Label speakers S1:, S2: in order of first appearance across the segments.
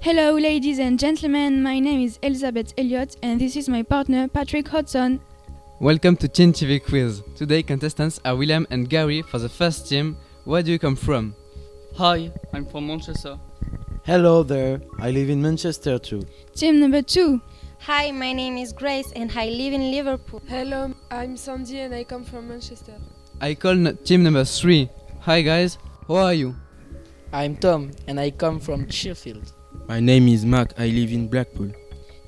S1: Hello, ladies and gentlemen. My name is Elizabeth Elliott, and this is my partner Patrick Hodson.
S2: Welcome to Chin TV Quiz. Today, contestants are William and Gary for the first team. Where do you come from?
S3: Hi, I'm from Manchester.
S4: Hello there, I live in Manchester too.
S1: Team number two.
S5: Hi, my name is Grace and I live in Liverpool.
S6: Hello, I'm Sandy and I come from Manchester.
S2: I call n- team number three. Hi guys, how are you?
S7: I'm Tom and I come from Sheffield.
S8: My name is Mark, I live in Blackpool.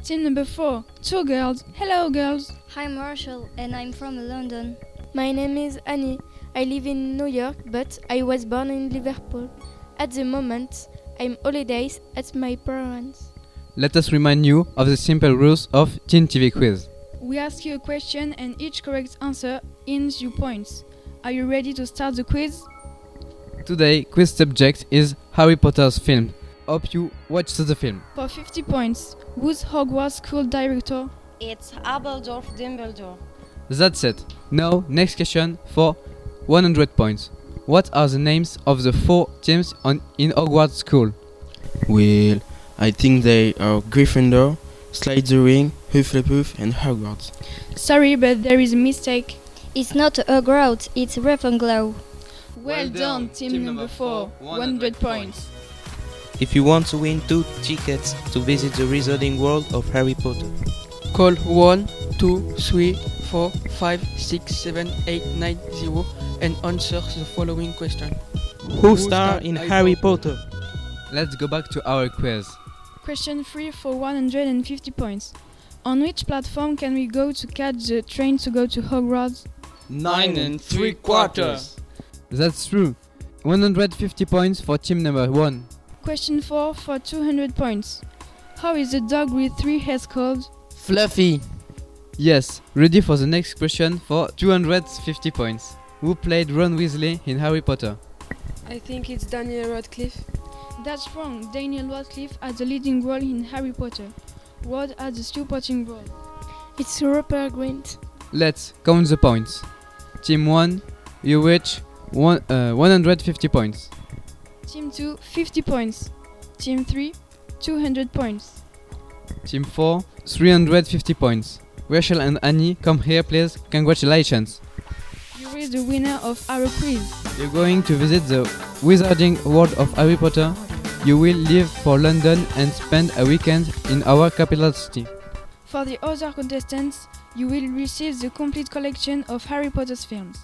S1: Team number four. Two girls. Hello, girls.
S9: Hi, Marshall, and I'm from London.
S10: My name is Annie. I live in New York, but I was born in Liverpool. At the moment, I'm holidays at my parents.
S2: Let us remind you of the simple rules of Chin TV Quiz.
S1: We ask you a question, and each correct answer earns you points. Are you ready to start the quiz?
S2: Today, quiz subject is Harry Potter's film. Hope you watched the film.
S1: For 50 points, who's Hogwarts School Director?
S5: It's Abeldorf Dumbledore.
S2: That's it. Now, next question for 100 points. What are the names of the four teams on, in Hogwarts School?
S8: Well, I think they are Gryffindor, Slytherin, Hufflepuff, and Hogwarts.
S1: Sorry, but there is a mistake.
S9: It's not a grout, it's Ravenclaw.
S1: Well, done, team, number four. 100 points.
S11: if you want to win two tickets to visit the Wizarding World of Harry Potter.
S7: Call 1, 2, 3, 4, 5, 6, 7, 8, 9, 0 and answer the following question.
S11: Who star in Harry Potter?
S2: Let's go back to our quiz.
S1: Question 3 for 150 points. On which platform can we go to catch the train to go to Hogwarts?
S3: Nine and three quarters.
S2: That's true. 150 points for team number 1.
S1: Question 4 for 200 points. How is the dog with three heads called?
S7: Fluffy.
S2: Yes, ready for the next question for 250 points. Who played Ron Weasley in Harry Potter?
S6: I think it's Daniel Radcliffe.
S1: That's wrong. Daniel Radcliffe has the leading role in Harry Potter. Ward has the supporting role.
S10: It's Rupert Grint.
S2: Let's count the points. Team 1, you reach one, uh, 150 points.
S1: Team 2, 50 points. Team 3, 200 points.
S2: Team 4, 350 points. Rachel and Annie, come here please. Congratulations.
S1: You is the winner of our quiz.
S2: You're going to visit the Wizarding World of Harry Potter. You will leave for London and spend a weekend in our capital city.
S1: For the other contestants, you will receive the complete collection of Harry Potter's films.